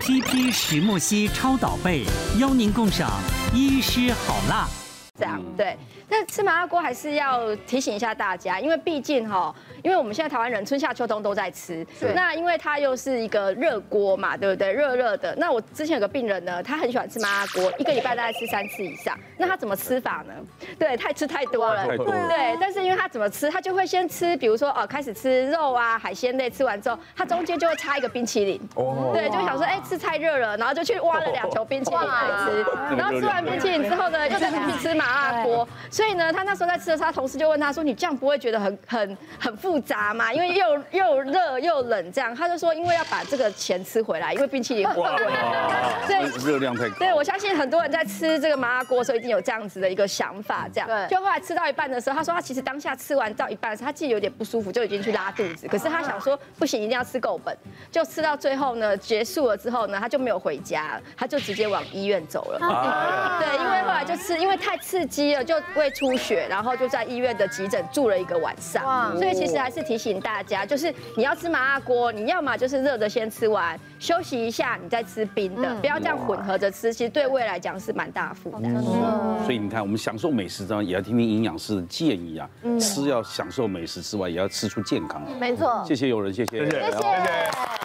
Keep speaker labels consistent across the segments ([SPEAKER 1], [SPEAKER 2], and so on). [SPEAKER 1] CP 石墨烯超导被，邀您共赏医师好辣。
[SPEAKER 2] 这样
[SPEAKER 3] 嗯
[SPEAKER 2] 对。那吃麻辣锅还是要提醒一下大家，因为毕竟哈、因为我们现在台湾人春夏秋冬都在吃，那因为它又是一个热锅嘛，对不对？热热的。那我之前有个病人呢，他很喜欢吃麻辣锅，一个礼拜大概吃三次以上。那他怎么吃法呢？对，太吃太多了，
[SPEAKER 3] 太多了
[SPEAKER 2] 对，但是因为他怎么吃，他就会先吃，比如说哦，开始吃肉啊、海鲜类，吃完之后，他中间就会插一个冰淇淋。
[SPEAKER 3] 哦
[SPEAKER 2] 对，就想说，哎、吃太热了，然后就去挖了两球冰淇淋来吃，然后吃完冰淇淋之后呢，又再继续吃麻辣锅。所以呢，他那时候在吃的时候，他同事就问他说：“你这样不会觉得很很很复杂吗？因为又又热又冷这样。”他就说：“因为要把这个钱吃回来，因为冰淇淋很贵。”所以
[SPEAKER 3] 热量太高。
[SPEAKER 2] 对，我相信很多人在吃这个麻辣锅的时候，一定有这样子的一个想法，这样。
[SPEAKER 4] 对
[SPEAKER 2] 就后来吃到一半的时候，他说他其实当下吃完到一半的时候，他自己有点不舒服，就已经去拉肚子。
[SPEAKER 5] 啊
[SPEAKER 2] 可是他想说不行，一定要吃够本。就吃到最后呢，结束了之后呢，他就没有回家，他就直接往医院走了。对，因为后来就吃，因为太刺激了，就胃出血，然后就在医院的急诊住了一个晚上。所以其实还是提醒大家，就是你要吃麻辣锅，你要么就是热的先吃完，休息一下，你再吃冰的，
[SPEAKER 5] 嗯
[SPEAKER 2] 不要这样混合着吃，其实对胃来讲是蛮大的负担。
[SPEAKER 3] 嗯所以你看，我们享受美食之外，也要听听营养师的建议啊。
[SPEAKER 6] 嗯
[SPEAKER 3] 吃要享受美食之外，也要吃出健康来。啊
[SPEAKER 4] 没错，
[SPEAKER 3] 谢谢友人，谢谢。谢谢。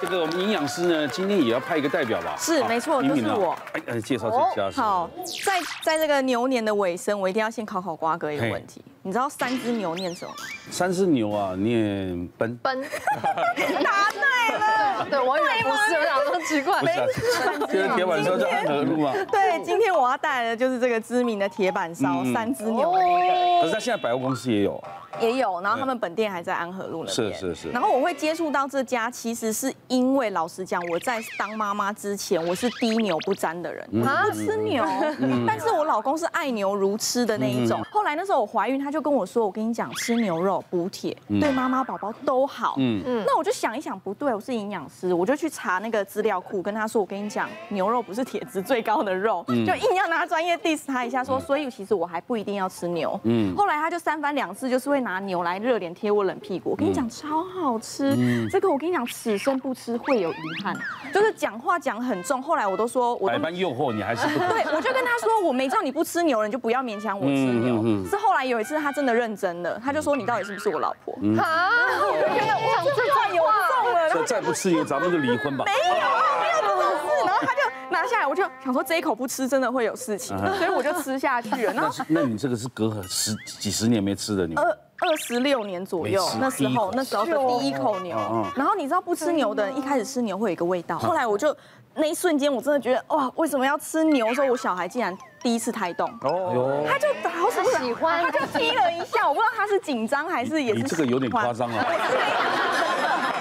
[SPEAKER 3] 这个我们营养师呢，今天也要派一个代表吧？
[SPEAKER 6] 是
[SPEAKER 3] 好
[SPEAKER 6] 没错
[SPEAKER 3] 英敏啊
[SPEAKER 6] 就是我哦
[SPEAKER 3] 哎，呃介绍这家是
[SPEAKER 6] 好，在在这个牛年的尾声，我一定要先考考瓜哥一个
[SPEAKER 3] 嘿
[SPEAKER 6] 问题。你知道三只牛念什么 吗？
[SPEAKER 3] 三只牛啊，念奔。
[SPEAKER 4] 奔，答对了，对我以为不是，我想说奇怪
[SPEAKER 3] 不，是 啊，就是铁板烧叫安和路嘛。啊
[SPEAKER 6] 对，今天我要带来的就是这个知名的铁板烧
[SPEAKER 3] 嗯
[SPEAKER 6] 三只牛
[SPEAKER 5] 哦
[SPEAKER 3] 可是他现在百货公司也有啊。
[SPEAKER 6] 也有，然后他们本店还在安和路那
[SPEAKER 3] 是
[SPEAKER 6] 边。
[SPEAKER 3] 是是
[SPEAKER 6] 然后我会接触到这家，其实是因为老实讲，我在当妈妈之前，我是滴牛不沾的
[SPEAKER 3] 嗯
[SPEAKER 6] 人，我不啊吃牛， 但是我老公是爱牛如吃的那
[SPEAKER 3] 嗯
[SPEAKER 6] 一种。后来那时候我怀孕，他就跟我说：“我跟你讲，吃牛肉补铁，对妈妈宝宝都好。”
[SPEAKER 3] 嗯
[SPEAKER 6] 嗯嗯。那我就想一想，不对，我是营养师，我就去查那个资料库，跟他说：“我跟你讲，牛肉不是铁质最高的肉。”就硬要拿专业 diss 他一下，说：“所以其实我还不一定要吃牛。”
[SPEAKER 3] 嗯
[SPEAKER 6] 嗯。后来他就三番两次，就是会拿牛来热脸贴我冷屁股。我跟你讲，超好吃。这个我跟你讲，此生不吃会有遗憾。就是讲话讲很重，后来我都说，我
[SPEAKER 3] 百
[SPEAKER 6] 都
[SPEAKER 3] 般诱惑你还是不
[SPEAKER 6] 对，我就跟他说，我没叫你不吃牛了，你就不要勉强我吃牛。
[SPEAKER 3] 嗯嗯嗯
[SPEAKER 6] 是后来有一次，他真的认真了，他就说：“你到底是不是我老婆？”嗯，
[SPEAKER 4] 啊，我觉得我想这
[SPEAKER 6] 太有重了，然后
[SPEAKER 3] 说再不吃牛，咱们就离婚吧。
[SPEAKER 6] 没有啊，没有这种事。然后他就拿下来，我就想说这一口不吃真的会有事情，
[SPEAKER 3] 嗯
[SPEAKER 6] 所以我就吃下去了。然
[SPEAKER 3] 那
[SPEAKER 6] 后
[SPEAKER 3] 是那你这个是隔很十几十年没吃的牛，
[SPEAKER 6] 二二十六年左右
[SPEAKER 3] 没事，
[SPEAKER 6] 那时
[SPEAKER 3] 第一
[SPEAKER 6] 候
[SPEAKER 3] 口
[SPEAKER 6] 那时候的第一口牛
[SPEAKER 3] 嗯嗯，
[SPEAKER 6] 然后你知道不吃牛的人一开始吃牛会有一个味道，后来我就那一瞬间我真的觉得哇，为什么要吃牛？说我小孩竟然第一次胎动，
[SPEAKER 3] 哦，
[SPEAKER 6] 他就好喜
[SPEAKER 4] 喜欢
[SPEAKER 6] 他就踢了一下，我不知道他是紧张还是也
[SPEAKER 3] 你
[SPEAKER 6] 是
[SPEAKER 3] 这个有点
[SPEAKER 6] 喜欢
[SPEAKER 3] 夸张啊了。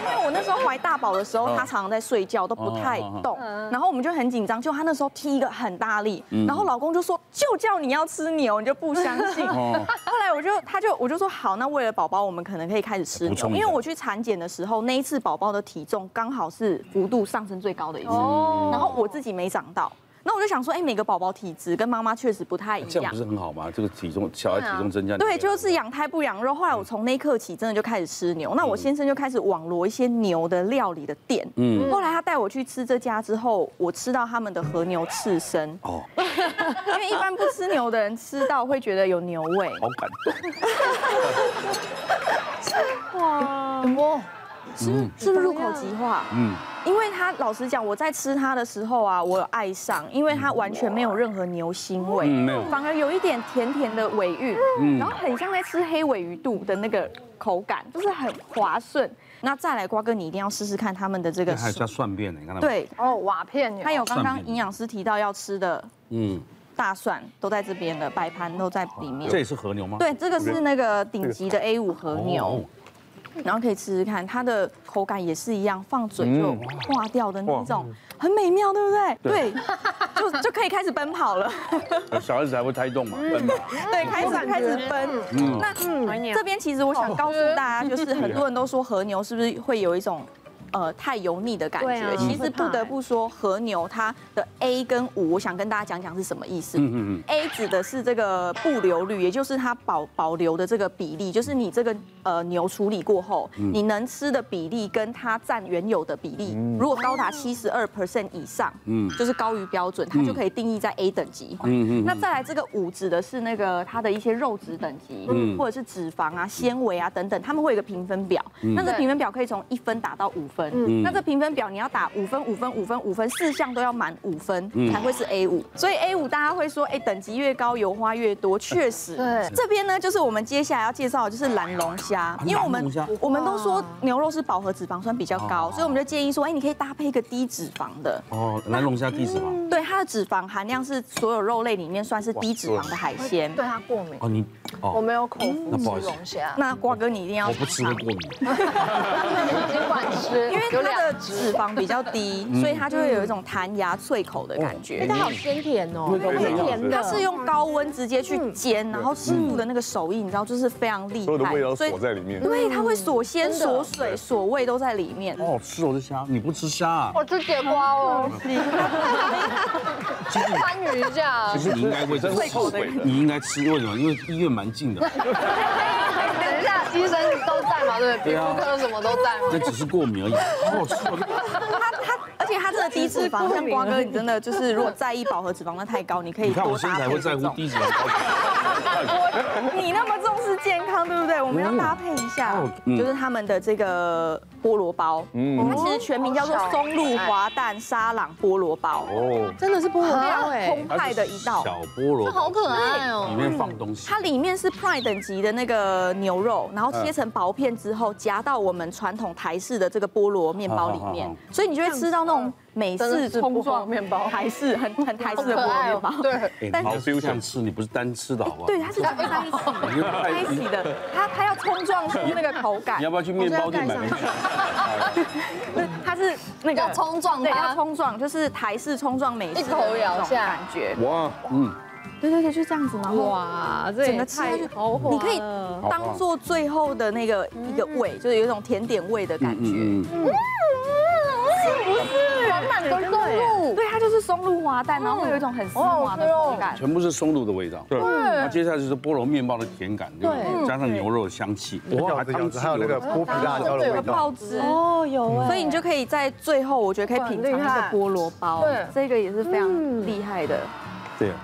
[SPEAKER 6] 因为我那时候怀大宝的时候，
[SPEAKER 3] 嗯
[SPEAKER 6] 他常常在睡觉，都不太动，然后我们就很紧张，就他那时候踢一个很大力，
[SPEAKER 3] 嗯
[SPEAKER 6] 然后老公就说就叫你要吃牛，你就不相信。
[SPEAKER 3] 哦
[SPEAKER 6] 后来我就他就我就说好，那为了宝宝，我们可能可以开始吃
[SPEAKER 3] 补
[SPEAKER 6] 牛，
[SPEAKER 3] 充一
[SPEAKER 6] 因
[SPEAKER 3] 下
[SPEAKER 6] 为我去产检的时候，那一次宝宝的体重刚好是幅度上升最高的一次，
[SPEAKER 3] 嗯
[SPEAKER 6] 然后我自己没长到。那我就想说，哎，每个宝宝体质跟妈妈确实不太一
[SPEAKER 3] 哎这样
[SPEAKER 6] 样
[SPEAKER 3] 不，是很好吗？这个体重，小孩体重增加，
[SPEAKER 6] 对，就是养胎不养肉。后来
[SPEAKER 3] 嗯
[SPEAKER 6] 我从那一刻起，真的就开始吃牛。那我先生就开始网罗一些牛的料理的店。
[SPEAKER 3] 嗯
[SPEAKER 6] 嗯，后来他带我去吃这家之后，我吃到他们的和牛刺身，
[SPEAKER 3] 哦，
[SPEAKER 6] 因为一般不吃牛的人吃到会觉得有牛味。
[SPEAKER 3] 好感动，
[SPEAKER 6] 是是不是入口即化？
[SPEAKER 3] 嗯，
[SPEAKER 6] 因为它老实讲，我在吃它的时候啊，我有爱上，因为它完全没有任何牛腥味，
[SPEAKER 3] 嗯没有嗯
[SPEAKER 6] 反而有一点甜甜的尾韵，嗯然后很像在吃黑尾鱼肚的那个口感，就是很滑顺。那再来，瓜哥，你一定要试试看他们的这个
[SPEAKER 3] 这，还加蒜片呢，你看到吗？，
[SPEAKER 6] 对，
[SPEAKER 4] 哦，瓦片牛，
[SPEAKER 6] 还有刚
[SPEAKER 3] 蒜
[SPEAKER 6] 刚
[SPEAKER 3] 片
[SPEAKER 6] 营养师提到要吃的
[SPEAKER 3] 嗯，
[SPEAKER 6] 大蒜都在这边了，白盘都在里面
[SPEAKER 3] 这。也是和牛吗？
[SPEAKER 6] 嗯对，这个是那个顶级的 A 五和牛
[SPEAKER 3] 哦，，
[SPEAKER 6] 然后可以吃吃看，它的口感也是一样，放嘴
[SPEAKER 3] 嗯
[SPEAKER 6] 就化掉的那种，很美妙，对不对？对，就就可以开始奔跑了，
[SPEAKER 3] 小孩子还会胎动嘛，
[SPEAKER 6] 嗯
[SPEAKER 3] 奔跑，
[SPEAKER 6] 对，开始开始奔。
[SPEAKER 3] 嗯，
[SPEAKER 4] 哦
[SPEAKER 6] 那这边其实我想告诉大家，就是很多人都说和牛是不是会有一种呃太油腻的感
[SPEAKER 4] 对啊
[SPEAKER 6] 觉。其实
[SPEAKER 4] 会怕
[SPEAKER 6] 不得不说，和牛它的 A 跟五，我想跟大家讲讲是什么意思。
[SPEAKER 3] 嗯嗯
[SPEAKER 6] A 指的是这个不留率，也就是它保保留的这个比例，就是你这个呃牛处理过后，你能吃的比例跟它占原有的比例，如果高达七十二 percent 以上，
[SPEAKER 3] 嗯
[SPEAKER 6] 嗯，就是高于标准，它就可以定义在 A 等级。
[SPEAKER 3] 嗯嗯
[SPEAKER 6] 嗯
[SPEAKER 3] 嗯
[SPEAKER 6] 嗯。那再来这个五指的是那个它的一些肉质等级，
[SPEAKER 3] 嗯
[SPEAKER 6] 或者是脂肪啊、纤维啊等等，他们会有一个评分表。
[SPEAKER 3] 嗯
[SPEAKER 6] 那这评分表可以从一分打到五分，那这评分表你要打五分、五分、五分、五分，四项都要满五分
[SPEAKER 3] 嗯
[SPEAKER 6] 才会是 A 五。所以 A 五大家会说，哎，等级越高油花越多，确实。
[SPEAKER 4] 对
[SPEAKER 6] 这边呢就是我们接下来要介绍的就是蓝龙虾，因为我
[SPEAKER 3] 啊蓝龙
[SPEAKER 6] 们
[SPEAKER 3] 虾
[SPEAKER 6] 我们都说牛肉是饱和脂肪酸比较高，所以我们就建议说，哎，你可以搭配一个低脂肪的。
[SPEAKER 3] 哦，蓝龙虾地址吧。
[SPEAKER 6] 对，它的脂肪含量是所有肉类里面算是低脂肪的海鲜。
[SPEAKER 4] 对它过敏，
[SPEAKER 3] 哦，你
[SPEAKER 4] 我
[SPEAKER 3] 哦，
[SPEAKER 4] 没有口
[SPEAKER 3] 那
[SPEAKER 4] 服
[SPEAKER 3] 不好意
[SPEAKER 4] 吃
[SPEAKER 3] 思
[SPEAKER 4] 龙虾，
[SPEAKER 6] 那瓜哥你一定要
[SPEAKER 3] 我不吃会过敏。
[SPEAKER 4] 尽管吃，
[SPEAKER 6] 因为
[SPEAKER 4] 有
[SPEAKER 6] 它
[SPEAKER 4] 两
[SPEAKER 6] 的
[SPEAKER 4] 嗯
[SPEAKER 6] 脂肪比较低，
[SPEAKER 3] 嗯
[SPEAKER 6] 所以它就会有一种弹牙脆口的感
[SPEAKER 4] 哎
[SPEAKER 6] 觉。
[SPEAKER 5] 它好鲜甜哦，甜甜
[SPEAKER 6] 它
[SPEAKER 5] 的，
[SPEAKER 6] 是用高温直接
[SPEAKER 4] 嗯
[SPEAKER 6] 去煎，然后师傅的
[SPEAKER 3] 嗯
[SPEAKER 6] 那个手艺，你知道，就是非常厉害，
[SPEAKER 7] 所有的味道
[SPEAKER 6] 所以
[SPEAKER 7] 锁在里面。
[SPEAKER 6] 对，它
[SPEAKER 4] 嗯
[SPEAKER 6] 会锁鲜、锁水、锁味都在里面。
[SPEAKER 3] 好好吃哦，这虾你不吃虾啊？
[SPEAKER 4] 我吃节瓜 哦，参与一下
[SPEAKER 3] 其。实你应该为这个
[SPEAKER 7] 后悔了
[SPEAKER 3] 你应该吃为什么？因为医院蛮近的，
[SPEAKER 4] 等一下，医生都在嘛，对不对？
[SPEAKER 3] 对
[SPEAKER 4] 皮
[SPEAKER 3] 啊
[SPEAKER 4] 肤科什么都在
[SPEAKER 3] 那
[SPEAKER 4] 嘛。
[SPEAKER 3] 只是过敏而已。好好吃哦，
[SPEAKER 6] 它它，而且它这个低脂肪，像瓜哥，你真的就是如果在意饱和脂肪那太高，你可以
[SPEAKER 3] 你看
[SPEAKER 6] 多
[SPEAKER 3] 我身
[SPEAKER 6] 搭
[SPEAKER 3] 材
[SPEAKER 6] 配
[SPEAKER 3] 会
[SPEAKER 6] 这
[SPEAKER 3] 在乎
[SPEAKER 6] 种。
[SPEAKER 3] 低脂肪。
[SPEAKER 6] 你那么重视健康，对不对？我们要搭配一下
[SPEAKER 3] 哦，嗯
[SPEAKER 6] 就是他们的这个菠萝包，
[SPEAKER 7] 嗯
[SPEAKER 6] 它其实全名叫做松露滑蛋沙朗菠萝包，
[SPEAKER 7] 哦，
[SPEAKER 5] 真的是菠萝包哎，
[SPEAKER 6] 澎湃的一道。
[SPEAKER 3] 小菠萝，
[SPEAKER 5] 好可爱哦
[SPEAKER 3] 里。面放东西。
[SPEAKER 6] 它里面是 prime 等级的那个牛肉，然后切成薄片之后，夹到我们传统台式的这个菠萝面包里
[SPEAKER 3] 好好
[SPEAKER 6] 面，所以你就会吃到那种美式冲撞面包，台式很很台式的菠萝面包。对
[SPEAKER 3] 哎，
[SPEAKER 6] 但哎
[SPEAKER 3] 你要是这样吃，你不是单吃的好不好？
[SPEAKER 6] 对，它是整个在一起
[SPEAKER 3] 你要不要
[SPEAKER 6] 在一起的，它它要冲撞出那个口感
[SPEAKER 3] 你要，不要去面包店买个？
[SPEAKER 6] 它是那个
[SPEAKER 4] 要冲撞
[SPEAKER 6] 对，
[SPEAKER 4] 它
[SPEAKER 6] 要冲撞，就是台式冲撞美式
[SPEAKER 4] 一口咬下
[SPEAKER 6] 的那种感觉。
[SPEAKER 3] 哇，嗯，
[SPEAKER 6] 对对对，就这样子，然后
[SPEAKER 5] 哇，这
[SPEAKER 6] 整
[SPEAKER 5] 也
[SPEAKER 6] 个吃下
[SPEAKER 5] 太
[SPEAKER 6] 去
[SPEAKER 5] 豪华了，
[SPEAKER 6] 你可以当做最后的那个一个味，就是有一种甜点味的感觉。
[SPEAKER 3] 嗯嗯嗯，
[SPEAKER 4] 都是公路，
[SPEAKER 6] 对，它就是松露滑
[SPEAKER 4] 嗯
[SPEAKER 6] 蛋，然后会有一种很丝滑的
[SPEAKER 4] 哦
[SPEAKER 6] 口感。
[SPEAKER 3] 全部是松露的味道。对，嗯那接下来就是菠萝面包的甜感，对不对？加上牛肉的香气，
[SPEAKER 7] 哇，这样子还有那个剥皮辣椒的
[SPEAKER 6] 有
[SPEAKER 7] 味
[SPEAKER 6] 个
[SPEAKER 7] 道
[SPEAKER 6] 爆，汁，
[SPEAKER 5] 哦，有
[SPEAKER 4] 欸
[SPEAKER 5] 哎，
[SPEAKER 6] 所以你就可以在最后，我觉得可以品尝这个菠萝包，
[SPEAKER 4] 对
[SPEAKER 6] 这个也是非常厉害的。
[SPEAKER 3] 对，啊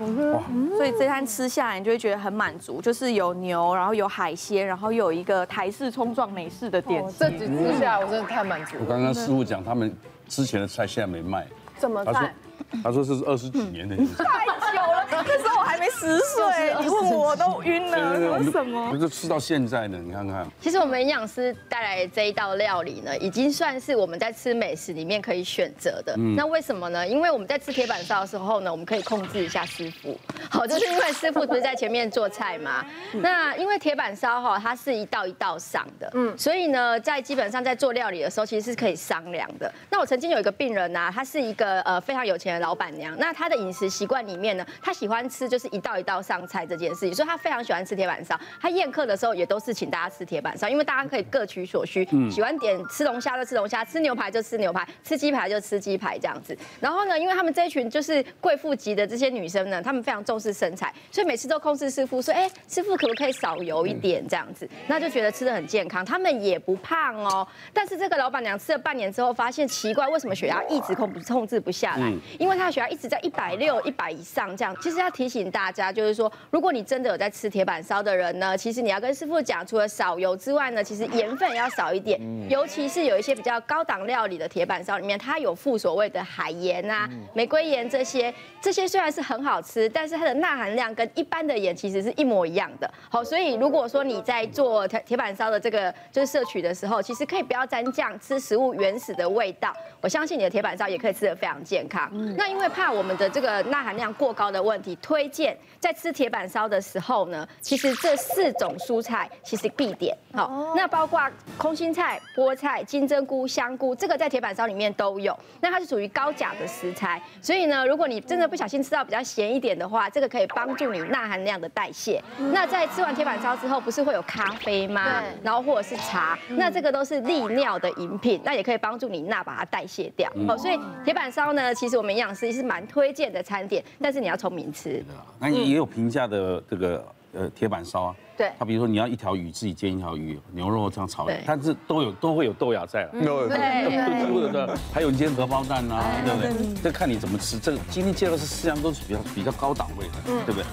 [SPEAKER 4] 嗯
[SPEAKER 6] 所以这餐吃下来，你就会觉得很满足，就是有牛，然后有海鲜，然后有一个台式冲撞美式的点心。
[SPEAKER 4] 这几次下来我真的太满足
[SPEAKER 3] 我
[SPEAKER 4] 了。
[SPEAKER 3] 刚刚师傅讲，他们之前的菜现在没卖，
[SPEAKER 4] 怎么
[SPEAKER 3] 他说
[SPEAKER 4] 菜？
[SPEAKER 3] 他说这是二十几年的事情，
[SPEAKER 6] 久了，那时候我还没十岁，你问我我都晕了，为什么？
[SPEAKER 3] 不是吃到现在的，你看看，
[SPEAKER 2] 其实我们营养师带来的这一道料理呢，已经算是我们在吃美食里面可以选择的。
[SPEAKER 6] 嗯
[SPEAKER 2] 那为什么呢？因为我们在吃铁板烧的时候呢，我们可以控制一下师傅。
[SPEAKER 5] 嗯
[SPEAKER 2] 好，就是因为 师傅不是在前面做菜嘛。那因为铁板烧哈，它是一道一道上的，嗯，所以呢，在基本上在做料理的时候，其实是可以商量的。那我曾经有一个病人呐、啊，她是一个呃非常有钱的老板娘，那她的饮食习惯里面呢，她喜欢吃就是一道一道上菜这件事情，所以她非常喜欢吃铁板烧。她宴客的时候也都是请大家吃铁板烧，因为大家可以各取所需，喜欢点吃龙虾就吃龙虾，吃牛排就吃牛排，吃鸡排就吃鸡排这样子。然后呢，因为他们这一群就是贵妇级的这些女生呢，她们非常重视身材，所以每次都控制师傅说，哎，师傅可不可以少油一点这样子？那就觉得吃的很健康，他们也不胖哦。但是这个老板娘吃了半年之后，发现奇怪，为什么血压一直控不控制不下来？因为她的血压一直在一百六、一百以上这样。其实要提醒大家，就是说，如果你真的有在吃铁板烧的人呢，其实你要跟师傅讲，除了少油之外呢，其实盐分也要少一点，尤其是有一些比较高档料理的铁板烧里面，它有附所谓的海盐啊、玫瑰盐这些，这些虽然是很好吃，但是它的钠含量跟一般的盐其实是一模一样的。好，所以如果说你在做铁铁板烧的这个就是摄取的时候，其实可以不要沾酱，吃食物原始的味道。我相信你的铁板烧也可以吃得非常健康。那因为怕我们的这个钠含量过高的问问题，推荐在吃铁板烧的时候呢，其实这四种蔬菜其实必点。好，那包括空心菜、菠菜、金针菇、香菇，这个在铁板烧里面都有。那它是属于高钾的食材，所以呢，如果你真的不小心吃到比较咸一点的话，这个可以帮助你钠含量的代谢。那在吃完铁板烧之后，不是会有咖啡吗？
[SPEAKER 4] 对
[SPEAKER 2] 然后或者是茶，那这个都是利尿的饮品，那也可以帮助你钠把它代谢掉。哦，所以铁板烧呢，其实我们营养师是蛮推荐的餐点，但是你要聪明吃。
[SPEAKER 3] 那也也有平价的这个呃铁板烧啊。
[SPEAKER 2] 对
[SPEAKER 3] 他比如说你要一条鱼自己煎一条鱼，牛肉这样炒
[SPEAKER 2] 对，
[SPEAKER 3] 但是都有都会有豆芽在了。啊
[SPEAKER 7] No，
[SPEAKER 2] 对，
[SPEAKER 3] 对对，还有煎荷包蛋呐、对不对？这看你怎么吃。这个今天介绍的是四样都是比较比较高档位的，对不对？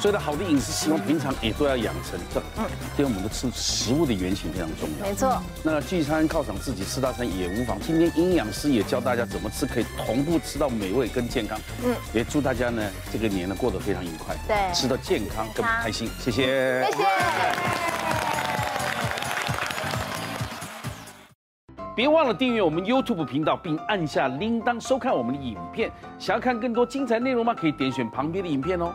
[SPEAKER 3] 所以呢，好的饮食习惯平常也都要养成。这对我们的吃食物的原型非常重要。
[SPEAKER 4] 没错，
[SPEAKER 3] 那聚餐犒赏自己吃大餐也无妨。今天营养师也教大家怎么吃，可以同步吃到美味跟健康。嗯，也祝大家呢这个年呢过得非常愉快，
[SPEAKER 4] 对
[SPEAKER 3] 吃到健康更开心。谢谢。
[SPEAKER 4] 谢谢。
[SPEAKER 3] 别忘了订阅我们 YouTube 频道，并按下铃铛收看我们的影片。想要看更多精彩内容吗？可以点选旁边的影片哦。